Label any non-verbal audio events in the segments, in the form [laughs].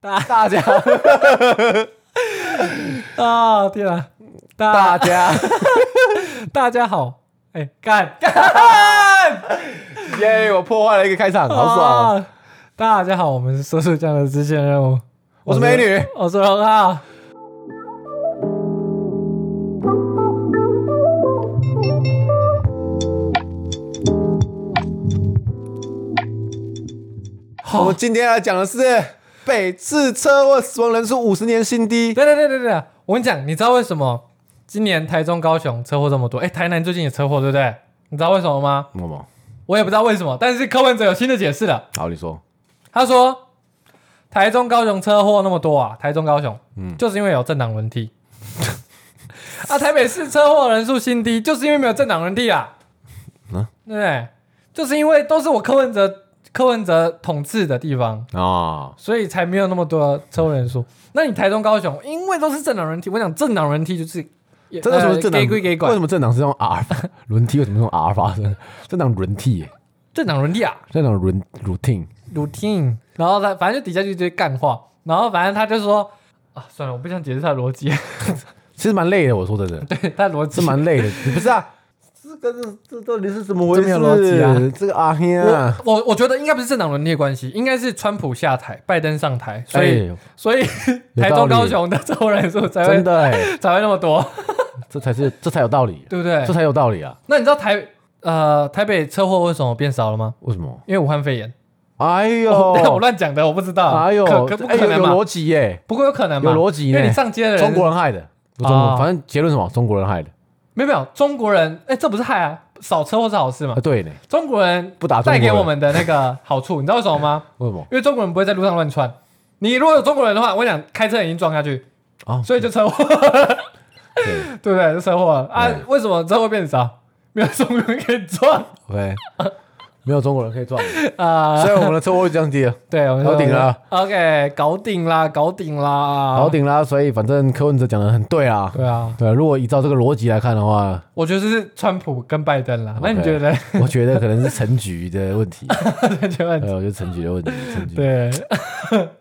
大大家 [laughs] 啊，天啊，大大家大家好，哎，干干， [laughs] 耶！我破坏了一个开场， [laughs] 好爽！哦啊！大家好，我们是说书匠的支线任务，我是美女，我是啊荣浩。我好们，今天要讲的是北次车祸死亡人数五十年新低。对对对对对，我跟你讲，你知道为什么今年台中、高雄车祸这么多？哎，台南最近也车祸，对不对？你知道为什么吗？某某，我也不知道为什么，但是柯文哲有新的解释了。好，你说，他说，台中、高雄车祸那么多啊，台中、高雄，嗯就是因为有政党轮替。 [laughs] 啊，台北市车祸人数新低，就是因为没有政党轮替啊。嗯对不对，就是因为都是我柯文哲、柯文哲统治的地方，哦，所以才没有那么多车祸人数。那你台中、高雄，因为都是政党轮替，我讲政党轮替就是。这个什么呃政党？给归给为管什，么政党是用 R [laughs] 发轮替？为什么是用 R 发生？政党轮替耶，政党轮替啊政党轮 routine。 ，routine。然后他反正就底下就一堆干话，然后反正他就说啊，算了，我不想解释他的逻辑，其实蛮累的，我说真的，对 [laughs] 他的逻辑是蛮累 [laughs] 的。你不是啊？这个这这到底是怎么回事这个阿黑啊我，我我觉得应该不是政党轮替的关系，应该是川普下台，拜登上台，所以、哎所以理台中、高雄的州人数才会真的哎，才会那么多，这才是这才有道理，对不对这？才有道理啊！那你知道台呃台北车祸为什么变少了吗？为什么？因为武汉肺炎。哦哎呦， [laughs] 我乱讲的，我不知道。哎呦，啊可可不哎可有能有嘛？逻辑耶，不过有可能嘛？有逻辑因呢为你上街的人，中国人害的，不是中国人啊反正结论是什么？中国人害的没有没有中国人，哎，这不是害啊，少车祸是好事嘛啊？？对呢，中国人不打中国哦带人给我们的那个好处，你知道为什么吗？为什么？因为中国人不会在路上乱窜。你如果有中国人的话，我想开车已经撞下去，哦所以就车祸。 [laughs] 对对不对？就车祸了啊对！为什么车祸变少？没有中国人可以撞，OK，没有中国人可以撞你，啊！所以我们的车祸就降低了，对，我们搞定了。 OK，搞定啦，搞定啦，搞。顶啦。所以反正柯文哲讲的很对啊，对啊，对啊，如果依照这个逻辑来看 [laughs] 的话，我觉得是川普跟拜登啦。那你 OK 觉得呢？ [laughs] 我觉得可能是陈局的问题，你觉得对，我觉得陈局的问题，陈局对，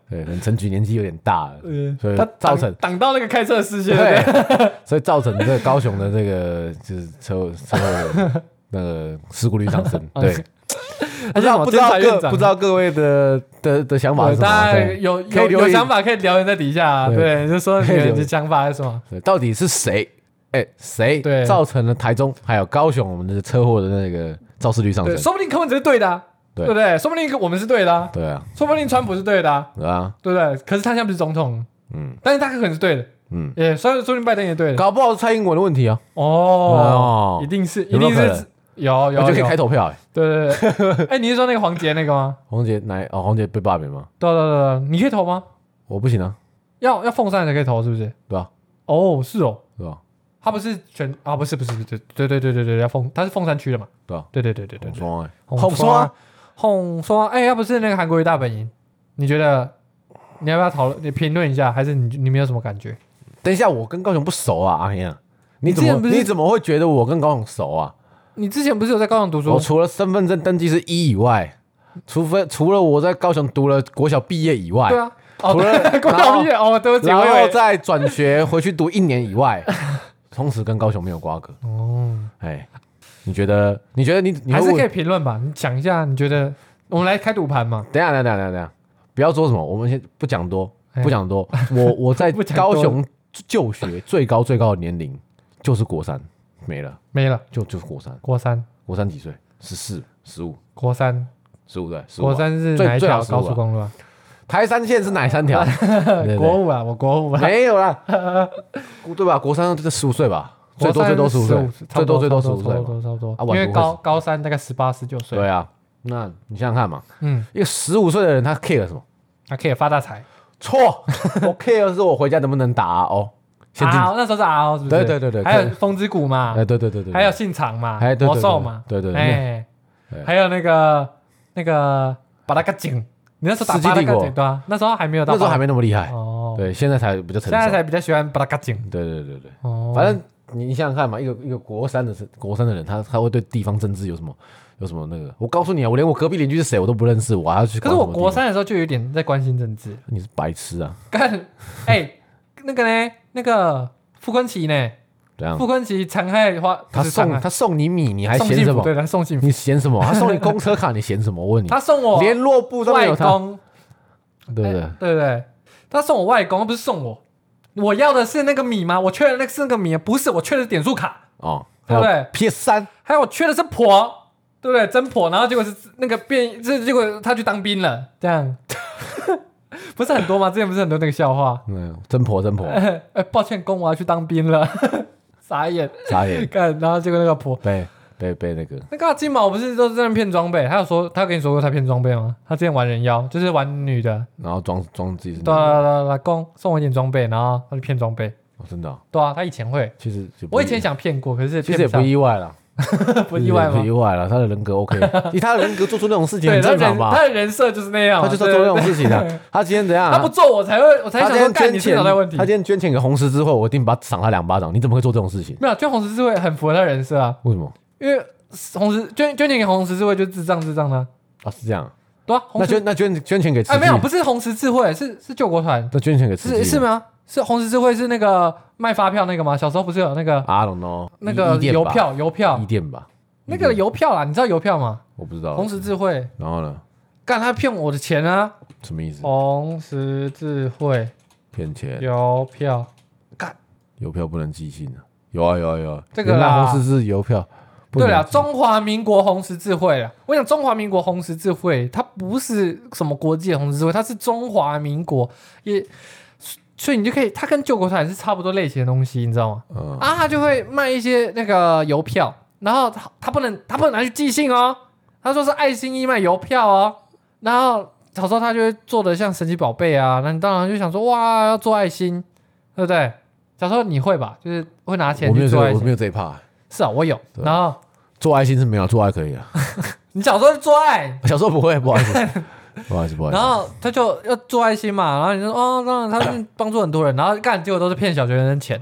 对，可能陈局年纪有点大了，嗯所以他造成挡挡到那个开车的视线，对不对对， [laughs] 所以造成这个高雄的这个就是车车祸的那个事故率上 [laughs] 升。对，不知像道我不知道监察院各长不知道各位的的的想法对是什么？大家对，有可以有留有言想法可以留言在底下啊，对对，就说你可以留们言的想法是什么？对到底是谁？哎，谁对造成了台中还有高雄我们的车祸的那个肇事率上对，升？说不定柯文哲是对的啊，对对不对？说不定我们是对的啊，对啊，说不定川普是对的啊，对啊，对不对？可是他现在不是总统，嗯但是他可能是对的，嗯，也虽然说不定拜登也对的。搞不好是蔡英文的问题啊，哦，哦一，定是，一有没有定可能是，有有我就可以有开投票哎。对对 [laughs] 对。哎，你是说那个黄杰那个吗？黄姐来哦，黄姐被罢免吗？对对对，对你可以投吗？我不行啊，要要凤山才可以投，是不是？对吧？哦，是哦，对吧？他不是全啊，不是不是不是，对对对对对对，要凤他是凤山区的嘛？对啊，对对对对对红，双哎，红啊刷，红刷，哎，要不是那个韩国瑜大本营，你觉得你要不要讨论？你评论一下，还是你你没有什么感觉？等一下，我跟高雄不熟啊，阿燕啊，你怎么之前不是你怎么会觉得我跟高雄熟啊？你之前不是有在高雄读书我？除了身份证登记是一以外，除非除了我在高雄读了国小毕业以外对，啊，哦，除了对，国小毕业哦，对不起，然我以后为再转学回去读一年以外， [laughs] 同时跟高雄没有瓜葛。哦，哎，你觉得？你觉得你你会还是问可以？评论吧，你讲一下，你觉得我们来开赌盘嘛？等一下，等一下，等一下，等一下，不要说什么，我们先不讲多，哎不讲多。我我在 [laughs] 不讲多高雄就学最高最高的年龄就是国三，没了，没了，就就是国三。国三，国三几岁？十四、十五。国三，十五对，国三三是最哪一最条好是高15速啊公路啊？台三线是哪三 [laughs] 条？对对国五啊，我国五啊，没有啦， [laughs] 对吧？国三就十五岁吧，最多最多十五岁，最多最多十五岁差不嘛。多差不多啊差不晚不多，因会为高高三大概十八十九岁，对啊，那你想想看嘛，嗯，一个十五岁的人他 care 什么？还可以发大财。 [laughs] 错， [laughs] 我 care 的是我回家能不能打哦 RO 现金。 RO 那时候是 RO 是不是？对对对对还可有以风之谷嘛哎，，对对对对，啊还有信长嘛哎，对对魔对兽嘛，对对对哎对，还有那个那个巴拉嘎井，你那时候打世纪巴拉帝嘎国井对啊，那时候还没有到那时候还没没那么厉害，哦，对，现在才比较成现在熟。才比较喜欢巴拉嘎井对对对对，哦，反正你你想想看嘛，一个一个国三的国三的人，他他会对地方政治有什么有什么那个？我告诉你啊，我连我隔壁邻居是谁我都不认识，我还要去。可是我国，三的时候就有点在关心政治， [laughs] 你是白痴啊？干，哎、那个呢，那个傅昆奇呢，怎样傅？昆奇残害花，嗯他不是残送害他送你米，你还送嫌幸什福，么？对，他送幸福，你嫌什么？他送你公车卡，你嫌什么？我问你， [laughs] 他送我联络部都没外有他，公，对不对哎？对不对？他送我外公，他不是送我，我要的是那个米吗？我缺的那个是那个米，啊不是我缺的是点数卡，哦，对不对？PS 三，哎还有我缺的是婆，对不对？真婆，然后结果是那个变，这结果他去当兵了，这样。 [laughs] 不是很多吗？之前不是很多那个笑话？ [laughs] 嗯，真婆真婆，哎、抱歉，公，我要去当兵了， [laughs] 傻眼。傻眼，干，然后结果那个婆，被被被那个，那个金毛不是都是在那骗装备？他有说他跟你说过他骗装备吗？他之前玩人妖，就是玩女的，然后装装自己是女对啊，的，对啊，老公送我一点装备，然后他就骗装备，哦真的哦，对啊，他以前会，其实也不我以前想骗过，可是其骗实也不不上，意外啦， [laughs] 不意外其实也吗不意？外啦，他的人格 [laughs] OK，以他的人格做出那种事情对，很他正人常吧？他的人设就是那样嘛，他就是做那种对事情的，他今天怎样他啊？不做我才会，我才他想今说天干捐你是钱，脑袋问题他。今天捐钱给红十字会，我一定把他赏他两巴掌。你怎么会做这种事情？没有捐红十字会很符合他人设啊，为什么？因为红十捐捐钱给红十字会就智障智障的啊，啊，是这样，对啊，红那十捐那捐捐钱给慈哎济没有不是红十字会是是救国团那捐钱给慈济是是吗？是红十字会是那个卖发票那个吗？小时候不是有那个？I don't know，那个一店吧邮票邮票一店吧，那个邮票啦，你知道邮票吗？我不知道红。十字会然后呢？干他骗我的钱啊！什么意思？红十字会骗钱，邮票邮票不能寄信啊。有啊有啊有啊，这个原来啦红十字邮票。不对啊能啦，寄中华民国红十字会啦。我想中华民国红十字会，它不是什么国际的红十字会，它是中华民国也，所以你就可以，它跟救国团是差不多类型的东西，你知道吗？嗯，啊，他就会卖一些那个邮票，然后他他不能他不能拿去寄信哦，他说是爱心义卖邮票哦，然后小时候他就会做的像神奇宝贝啊，那你当然就想说哇要做爱心，对不对？小时候你会吧，就是会拿钱我没去有这做个爱我没心，有这一趴。是啊，我有，对然后。做爱心是没有，做爱可以啊。你小时候就做爱， [laughs] 小时候不会，不好意思， [laughs] 不好意思，不好意然思。后他就要做爱心嘛，然后你就说哦，当然他是帮助很多人，然后干结果都是骗小学生钱，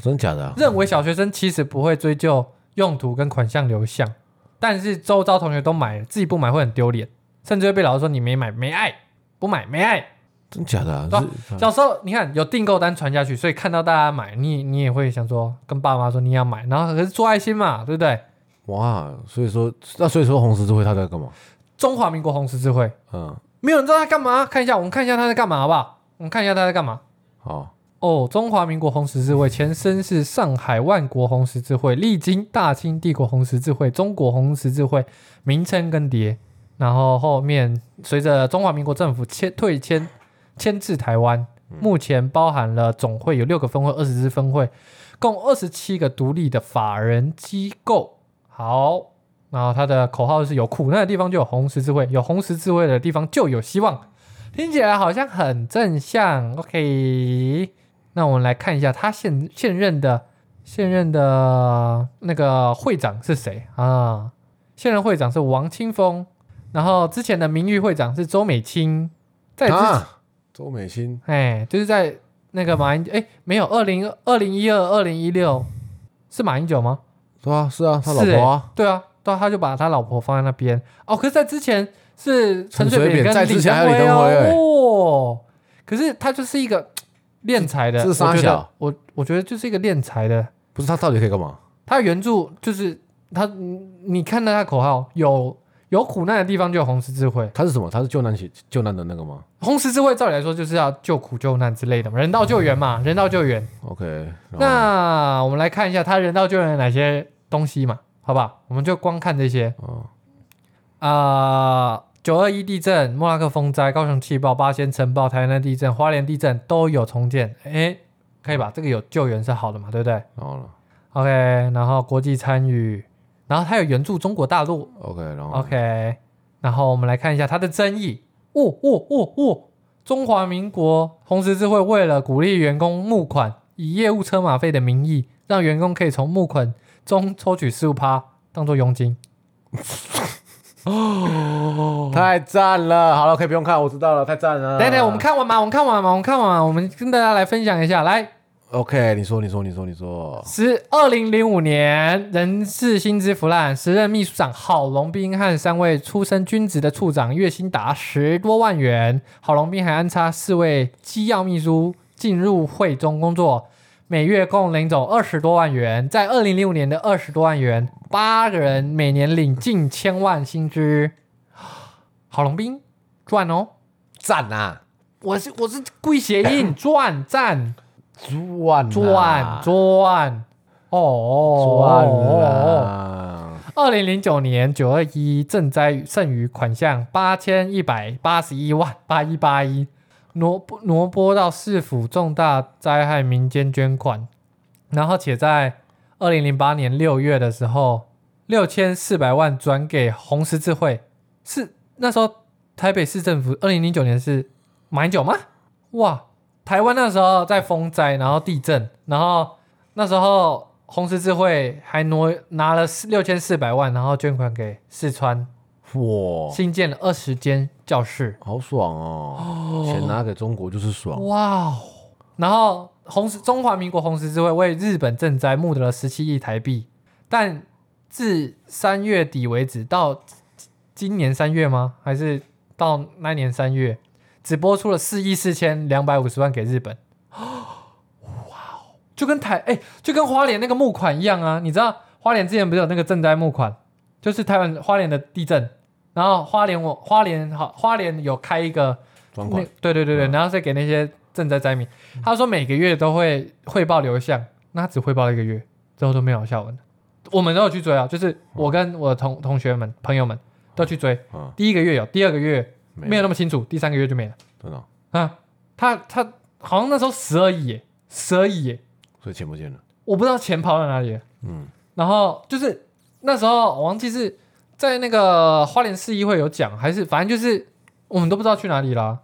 真的假的啊？认为小学生其实不会追究用途跟款项流向，但是周遭同学都买了，自己不买会很丢脸，甚至会被老师说你没买没爱，不买没爱。真假的啊？对啊是小时候你看有订购单传下去，所以看到大家买，你你也会想说跟爸妈说你要买，然后可是做爱心嘛，对不对？哇，所以说那所以说红十字会他在干嘛？中华民国红十字会，嗯，没有人知道他干嘛，看一下我们看一下他在干嘛好不好？我们看一下他在干嘛。好，哦，中华民国红十字会前身是上海万国红十字会，历经大清帝国红十字会、中国红十字会，名称更迭，然后后面随着中华民国政府迁退迁迁至台湾，目前包含了总会有六个分会、二十支分会，共二十七个独立的法人机构。好，然后它的口号是有苦难的地方就有红十字会，有红十字会的地方就有希望。听起来好像很正向，OK。那我们来看一下他现现任的现任的那个会长是谁啊？现任会长是王清峰，然后之前的名誉会长是周美青，在之前啊，周美心哎，就是在那个马英哎没有二零二零一二二零一六是马英九吗？对啊，是啊，他老是婆啊，对啊，对啊，他就把他老婆放在那边哦。可是，在之前是陈陈水水扁扁跟在之前还有登李登辉哎哦，哦可是他就是一个练才的，这是我傻觉得小我我觉得就是一个练才的。不是他到底可以干嘛？他的原著就是他，嗯你看到他口号有有苦难的地方就有红十字会，他是什么？他是救难起救难的那个吗红十字会照理来说就是要救苦救难之类的嘛，人道救援嘛，人道救援。 ？OK，然后那我们来看一下他人道救援有哪些东西嘛，好吧？我们就光看这些哦，啊。九二一地震、莫拉克风灾、高雄气爆、八仙城爆、台南地震、花莲地震都有重建，诶，可以吧？这个有救援是好的嘛，对不对然后呢？OK，然后国际参与，然后它有援助中国大陆？OK，然后呢 OK，然后我们来看一下它的争议。哦哦哦哦！中华民国红十字会为了鼓励员工募款，以业务车马费的名义，让员工可以从募款中抽取十五趴当做佣金。太赞了，好了，可以不用看，我知道了，太赞了。等一等，我们看完嘛，我们看完嘛，我们看完嘛，我们跟大家来分享一下。来， OK，你说，你说，你说，你说，十二零零五年，人事薪资腐烂，时任秘书长郝龙斌和三位出身军职的处长月薪达十多万元。郝龙斌还安插四位机要秘书进入会中工作，每月共领走二十多万元。在二零零五年的二十多万元，八个人每年领近千万薪资。郝龙斌赚哦，赞啊，我是我是跪谐音赚赞。赚啊转转赚哦！啊！二零零九年九二一赈灾剩余款项八千一百八十一万八一八一，挪挪拨到市府重大灾害民间捐款，然后且在二零零八年六月的时候，六千四百万转给红十字会，是那时候台北市政府二零零九年是马英九吗？哇，台湾那时候在风灾，然后地震，然后那时候红十字会还挪拿了六千四百万，然后捐款给四川，哇，新建了二十间教室。好爽哦！钱拿给中国就是爽，哇哦！然后红十中华民国红十字会为日本赈灾募得了十七亿台币，但自三月底为止，到今年三月吗？还是到那年三月，只拨出了四亿四千两百五十万给日本。哇哦！就跟台哎、就跟花莲那个募款一样啊！你知道花莲之前不是有那个赈灾募款，就是台湾花莲的地震，然后花莲我花莲好花莲有开一个专那款嗯对对对对，然后再给那些赈灾灾民。他说每个月都会汇报流向，那他只汇报了一个月，之后都没有下文了。我们都有去追啊，就是我跟我的同同学们、朋友们都去追。啊，第一个月有，第二个月没没有有那么清楚，第三个月就没了。真的哦，啊，他他好像那时候十二亿耶，十二亿耶，所以钱不见了。我不知道钱跑到哪里了。嗯，然后就是那时候我忘记是在那个花莲市议会有讲，还是反正就是我们都不知道去哪里啦、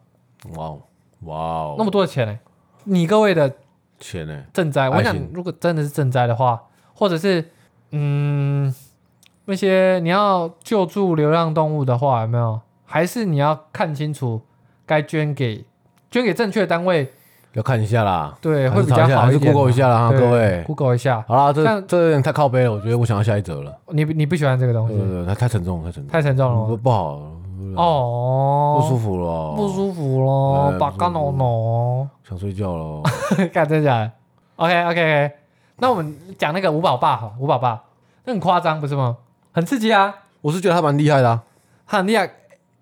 哇哦，哇哦，那么多的钱呢、欸你各位的钱呢？赈灾，我爱想心如果真的是赈灾的话，或者是嗯那些你要救助流浪动物的话，有没有？还是你要看清楚该捐给捐给正确单位，要看一下啦，对，还会是比查较一下好还是点啊。 Google 一下啦，对各位。 ，Google 一下。好啦，这但这有点太靠背了，我觉得我想要下一则了。你你不喜欢这个东对对西，对，它太沉重，太沉重，嗯太沉重了吗。不不好，哦，不舒服了，不舒服咯，哎把不舒干脑脑，想睡觉了。 [laughs] [laughs] 干真假的？OK OK OK，那我们讲那个五宝爸哈，五宝爸，那很夸张不是吗？很刺激啊！我是觉得他蛮厉害 [laughs] 的啊，他很厉害，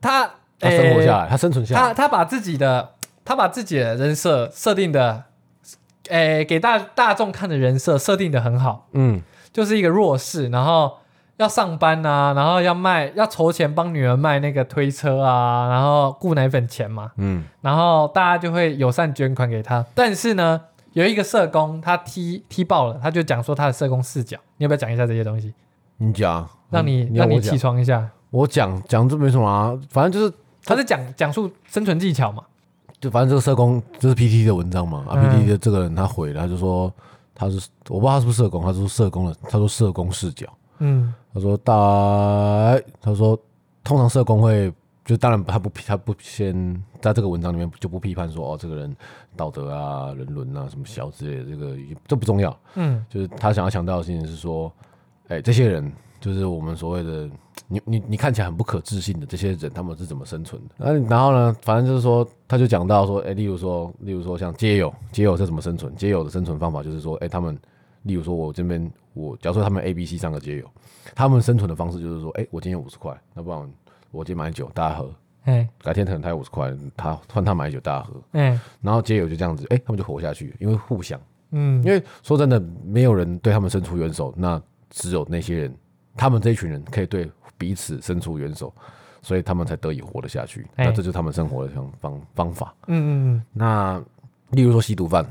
他他生活下来，来，他生存下他来，他把自己的他把自己的人设设定的，诶、给大大众看的人设设定的很好，嗯，就是一个弱势，然后要上班啊，然后要卖要筹钱帮女儿卖那个推车啊，然后雇奶粉钱嘛，嗯，然后大家就会友善捐款给他。但是呢，有一个社工他踢踢爆了，他就讲说他的社工视角，你要不要讲一下这些东西，你讲，让你、嗯你要让你我讲起，床一下？我讲讲这没什么啊，反正就是他是讲讲述生存技巧嘛。就反正这个社工这是 PT 的文章嘛，啊嗯 PT 的这个人他回了，他就说他是我不知道他是不是社工，他说社工的，他说社工视角，嗯他说大他说通常社工会。就当然他不他不先在这个文章里面就不批判说哦这个人道德啊人伦啊什么小之类的这个这不重要，嗯就是他想要强调的事情是说，哎、这些人就是我们所谓的你你你看起来很不可置信的这些人，他们是怎么生存的？那然后呢，反正就是说，他就讲到说，哎、例如说，例如说像街友，街友是怎么生存？街友的生存方法就是说，哎、他们，例如说我这边我假如说他们 A、B、C 三个街友，他们生存的方式就是说，哎、我今天五十块，那不然我今天买酒大家喝，哎改天可能他有五十块，他换他买酒大家喝，哎然后街友就这样子，哎、他们就活下去，因为互相。嗯因为说真的，没有人对他们伸出援手，那只有那些人，他们这一群人可以对彼此伸出援手，所以他们才得以活得下去。哎那这就是他们生活的方方方法。嗯嗯那例如说吸毒犯，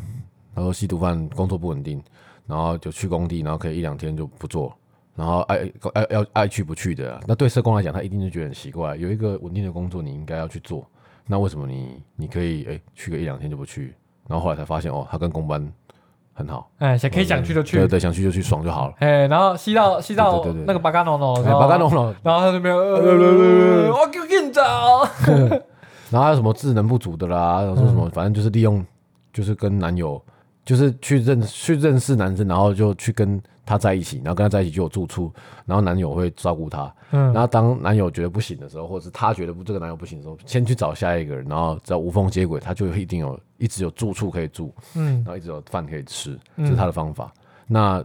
他说吸毒犯工作不稳定，然后就去工地，然后可以一两天就不做，然后爱爱要爱去不去的啊、那对社工来讲，他一定就觉得很奇怪，有一个稳定的工作你应该要去做，那为什么你你可以诶去个一两天就不去？然后后来才发现哦，他跟工班很好。哎，想可以想去就对去，对，想去就去，爽就好了。哎，然后吸到吸到对对对对那个巴嘎诺诺，哎，巴干弄了，然后他就没有，呃我给我给你找，嗯然后还有什么智能不足的啦，然后说什么，反正就是利用，就是跟男友就是去认去认识男生，然后就去跟他在一起，然后跟他在一起就有住处，然后男友会照顾她。嗯然后当男友觉得不行的时候，或者是她觉得不这个男友不行的时候，先去找下一个人，然后只要无缝接轨，他就一定有一直有住处可以住，嗯然后一直有饭可以吃，嗯这是他的方法。那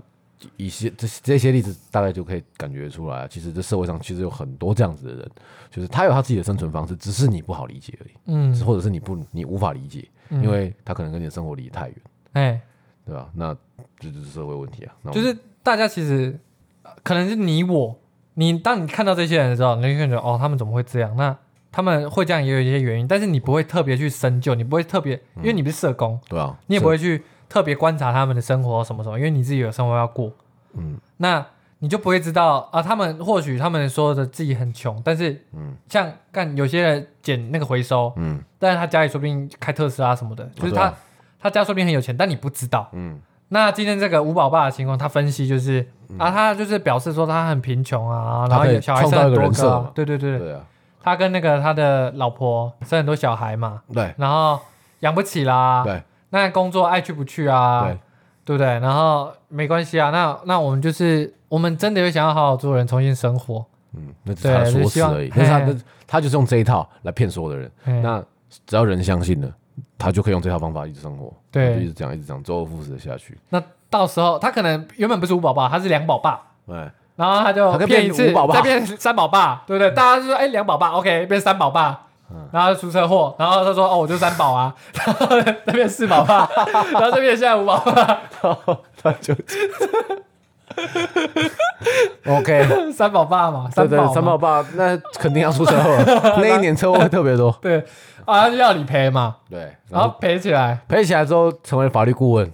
一些这这些例子大概就可以感觉出来，啊其实这社会上其实有很多这样子的人，就是他有他自己的生存方式，只是你不好理解而已，嗯，或者是你不你无法理解，嗯因为他可能跟你的生活离太远，哎，对吧？那这就是社会问题啊。那我就是大家其实呃可能是你我，你当你看到这些人的时候，你就会觉得哦，他们怎么会这样？那他们会这样也有一些原因，但是你不会特别去深究，你不会特别，因为你不是社工，对啊，你也是不会去特别观察他们的生活什么什么，因为你自己有生活要过，嗯那你就不会知道啊。他们或许他们说的自己很穷，但是嗯像干有些人捡那个回收，嗯但是他家里说不定开特斯拉什么的，就是对他、啊他家说不定很有钱，但你不知道。嗯那今天这个吴宝爸的情况，他分析就是、啊，他就是表示说他很贫穷啊，然他后可以有小孩创生造很一个多人个设啊、嘛对对对，对啊，他跟那个他的老婆生很多小孩嘛，对然后养不起啦，对那工作爱去不去啊，对，对不对？然后没关系啊，那那我们就是我们真的有想要好好做人，重新生活，嗯，那只是他的对就说希辞望而已，但是他嘿的他就是用这一套来骗所有的人。哎那只要人相信了，他就可以用这套方法一直生活，对就一直这样一直这样周而复始的下去。那到时候他可能原本不是吴宝爸，他是梁宝爸，哎，然后他就他可以骗变一次，五宝爸嗯再变三宝爸，对不对？大家就说哎两宝爸，OK，变三宝爸，然后他出车祸，然后他说哦我就三宝啊， [laughs] 然后再变四宝 [laughs] 爸，然后这边现在五宝爸， [laughs] 他就 OK， [laughs] 三宝爸嘛，对三宝对，嘛三宝爸那肯定要出车祸 [laughs] 了，那一年车祸会特别多。对啊他就要理赔嘛，对，然然后后赔起来，赔起来之后成为法律 [laughs] 顾问，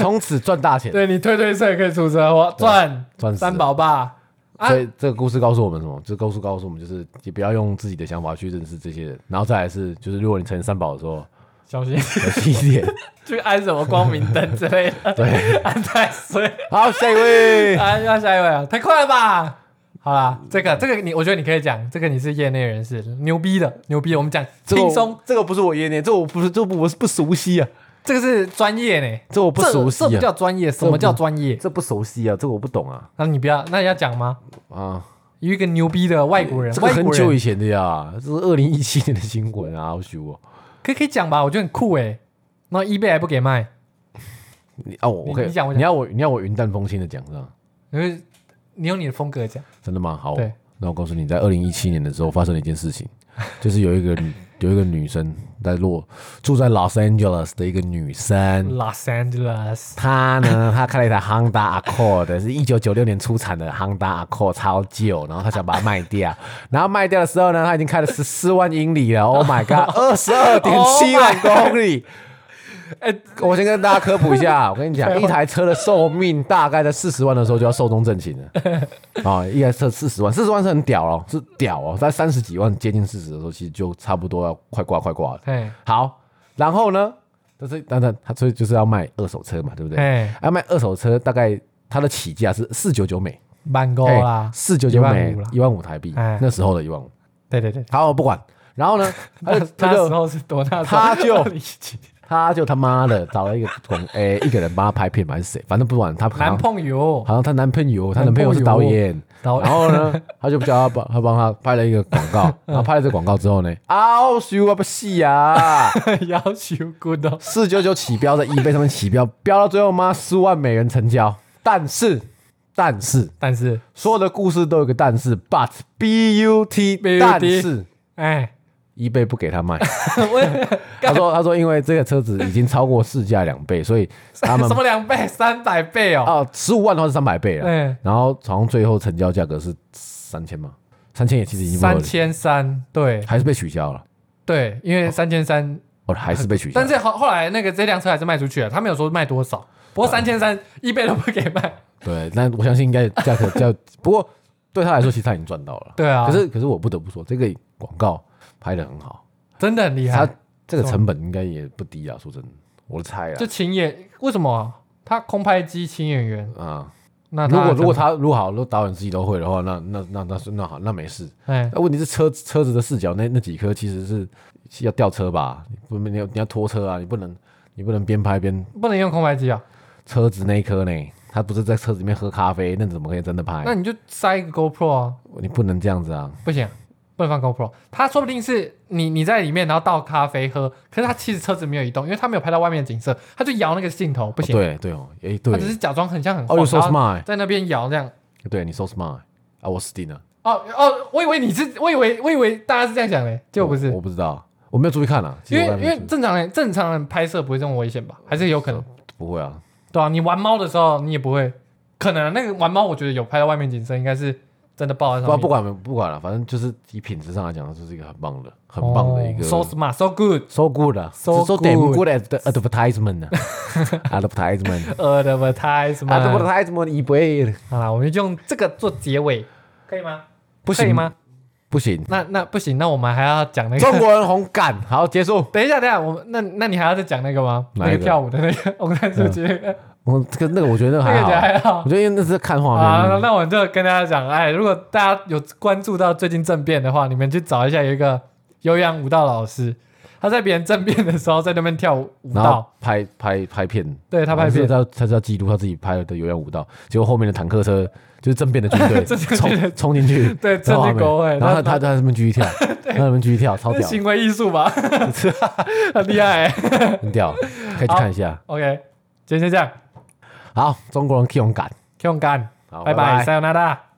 从此赚大钱。对你推推车也可以出车祸赚赚死三宝爸啊所以这个故事告诉我们什么？这个故事告诉我们就是，你不要用自己的想法去认识这些人，然后再来是，就是如果你成三宝的时候，小心小心 [laughs] 一点。去按什么光明灯之类的， [laughs] 对，按太岁。好，下一位。啊，要下一位啊，太快了吧！好啦，这个这个你，我觉得你可以讲，这个你是业内人士，牛逼的，牛逼的。我们讲这个轻我松，，这个不是我业内，这我不是，这不我是不熟悉啊，这个是专业呢，这我不熟悉这这不啊，叫专业，什不么叫专业？这不熟悉啊，这个我不懂啊那你不要，那你要讲吗？啊，有一个牛逼的外国人，这个外很国久人以前的呀，这是二零一七年的新闻啊，好许我可以可以讲吧？我觉得很酷哎。然后 eBay 还不给卖，你啊，我你我可以，你讲我讲你要我你要我云淡风轻的讲是吧？因为你用你的风格讲，真的吗？好，对，那我告诉你，在二零一七年的时候发生了一件事情，就是有一个女有一个女生在落住在 Los Angeles 的一个女生。 Los Angeles 她呢， [laughs] 她开了一台 Honda Accord，是一九九六年出产的 Honda Accord，超旧。然后她想把它卖 [laughs] 掉，然后卖掉的时候呢，她已经开了十四万英里了。Oh [laughs] my god，二十二点七万公 [laughs] 里。哎我先跟大家科普一 [laughs] 下，我跟你讲，一台车的寿命大概在四十万的时候就要寿终正寝了。 [laughs] 啊、一台车四十万，四十万是很屌哦，是屌哦，在三十几万接近四十的时候，其实就差不多要快挂快挂了。嘿，好，然后呢，但是当然他所以就是要卖二手车嘛，对不对？哎，要卖二手车，大概它的起价是四九九美，慢勾哦啦，四九九美15,000啦一万五台币哎，那时候的一万五。对对对，好，我不管。然后呢， [laughs] 他那就他那时就候是多那时候他 [laughs] 就理解他就他妈的找了一个 [laughs] 广诶、一个人帮他拍片嘛，还是谁？反正不管他好男像朋友好像她男朋友，她男朋友是导演，导然后呢，他就叫他帮他帮他拍了一个广 [laughs] 告，然后拍了这个广告之后呢，啊，修啊不戏啊， [laughs] 要求 good 哦。四九九起标在 eBay 上面起标，标到最后妈十万美元成交，但是但是但是，所有的故事都有个但是，but b u t BUT 但是 [laughs] 哎， eBay 不给 [laughs] 他卖，我他说他说因为这个车子已经超过市价两倍，所以他们 [laughs] 什么两倍、三百倍哦，哦，十五万的话是三百倍了嗯，然后好像最后成交价格是三千嘛，三千也其实已经不合三理千三，对还是被取消了，对，因为三千三，哦，还是被取消但。是后后来那个这辆车还是卖出去了，他没有说卖多少，不过三千三一倍都不给卖，对，但我相信应该价格较，不过对他来说其实他已经赚到了。对啊，可是可是我不得不说，这个广告拍的很好，真的很厉他害，这个成本应该也不低啊，说真的，我猜啊就。请演为什么啊他空拍机请演员？啊、那如果他如果他如果好，如果导演自己都会的话，那那那那是那好，那没事。哎那问题是车车子的视角那那几颗其实是是要吊车吧，不你要你要拖车啊，你不能你不能边拍边不能用空白机啊，车子那一颗呢，他不是在车子里面喝咖啡，那怎么可以真的拍那？你就塞一个 GoPro 啊，你不能这样子啊！不行，不能放 GoPro。它说不定是你你在里面，然后倒咖啡喝，可是它其实车子没有移动，因为它没有拍到外面的景色，它就摇那个镜头，不行，哦对对哦，哎它只对，是假装很像很哦晃， ，you so 然后 smart，在那边摇这样。对你 so smart 啊，我死定了，哦哦，我以为你是，我以为我以为大家是这样想的，结果不是我，我不知道，我没有注意看啊，其因实为我还没因为注意正常人正常人拍摄不会这么危险吧？还是有可能，不会哦啊，对啊，你玩猫的时候你也不会，可能啊那个玩猫，我觉得有拍到外面景色，应该是真的爆在上不面。不管不管了，啊反正就是以品质上来讲，这是一个很棒的、很棒的一个。哦 so smart so good so good 啊 So so good damn good at the advertisement 呢 [laughs] ，advertisement 呃 advertisement。 advertisement 一杯好啦，我们用这个做结尾，可以吗？不可以行吗？不行，那那不行，那我们还要讲那中个。国人红感好结束。 [laughs] 等一下，等一下，我们那那你还要再讲那个吗？哪那一个嗯个跳舞的 [laughs] 那个，我们看数据，我这个那个我觉得那个那还个觉好得啊，还好我。觉得因为那是看画啊，面。那我就跟大家讲，哎，如果大家有关注到最近政变的话，你们去找一下有一个有氧舞蹈老师，他在别人政变的时候在那边跳舞舞然后蹈，拍拍拍片，对他拍片，哦他他是要记录他自己拍的有氧舞蹈，结果后面的坦克车就是政变的军队这就是冲冲进去，对，然趁后机他们狗尾，然后他他在那边继续跳，他在那边继续跳，超 [laughs] 这是屌，行为艺术 [laughs] 吧，很厉害、欸。很屌，可以去看一下。 [laughs] OK，今天就这样，好，中国人 K 勇敢，勇敢，好，拜拜，塞有那拉。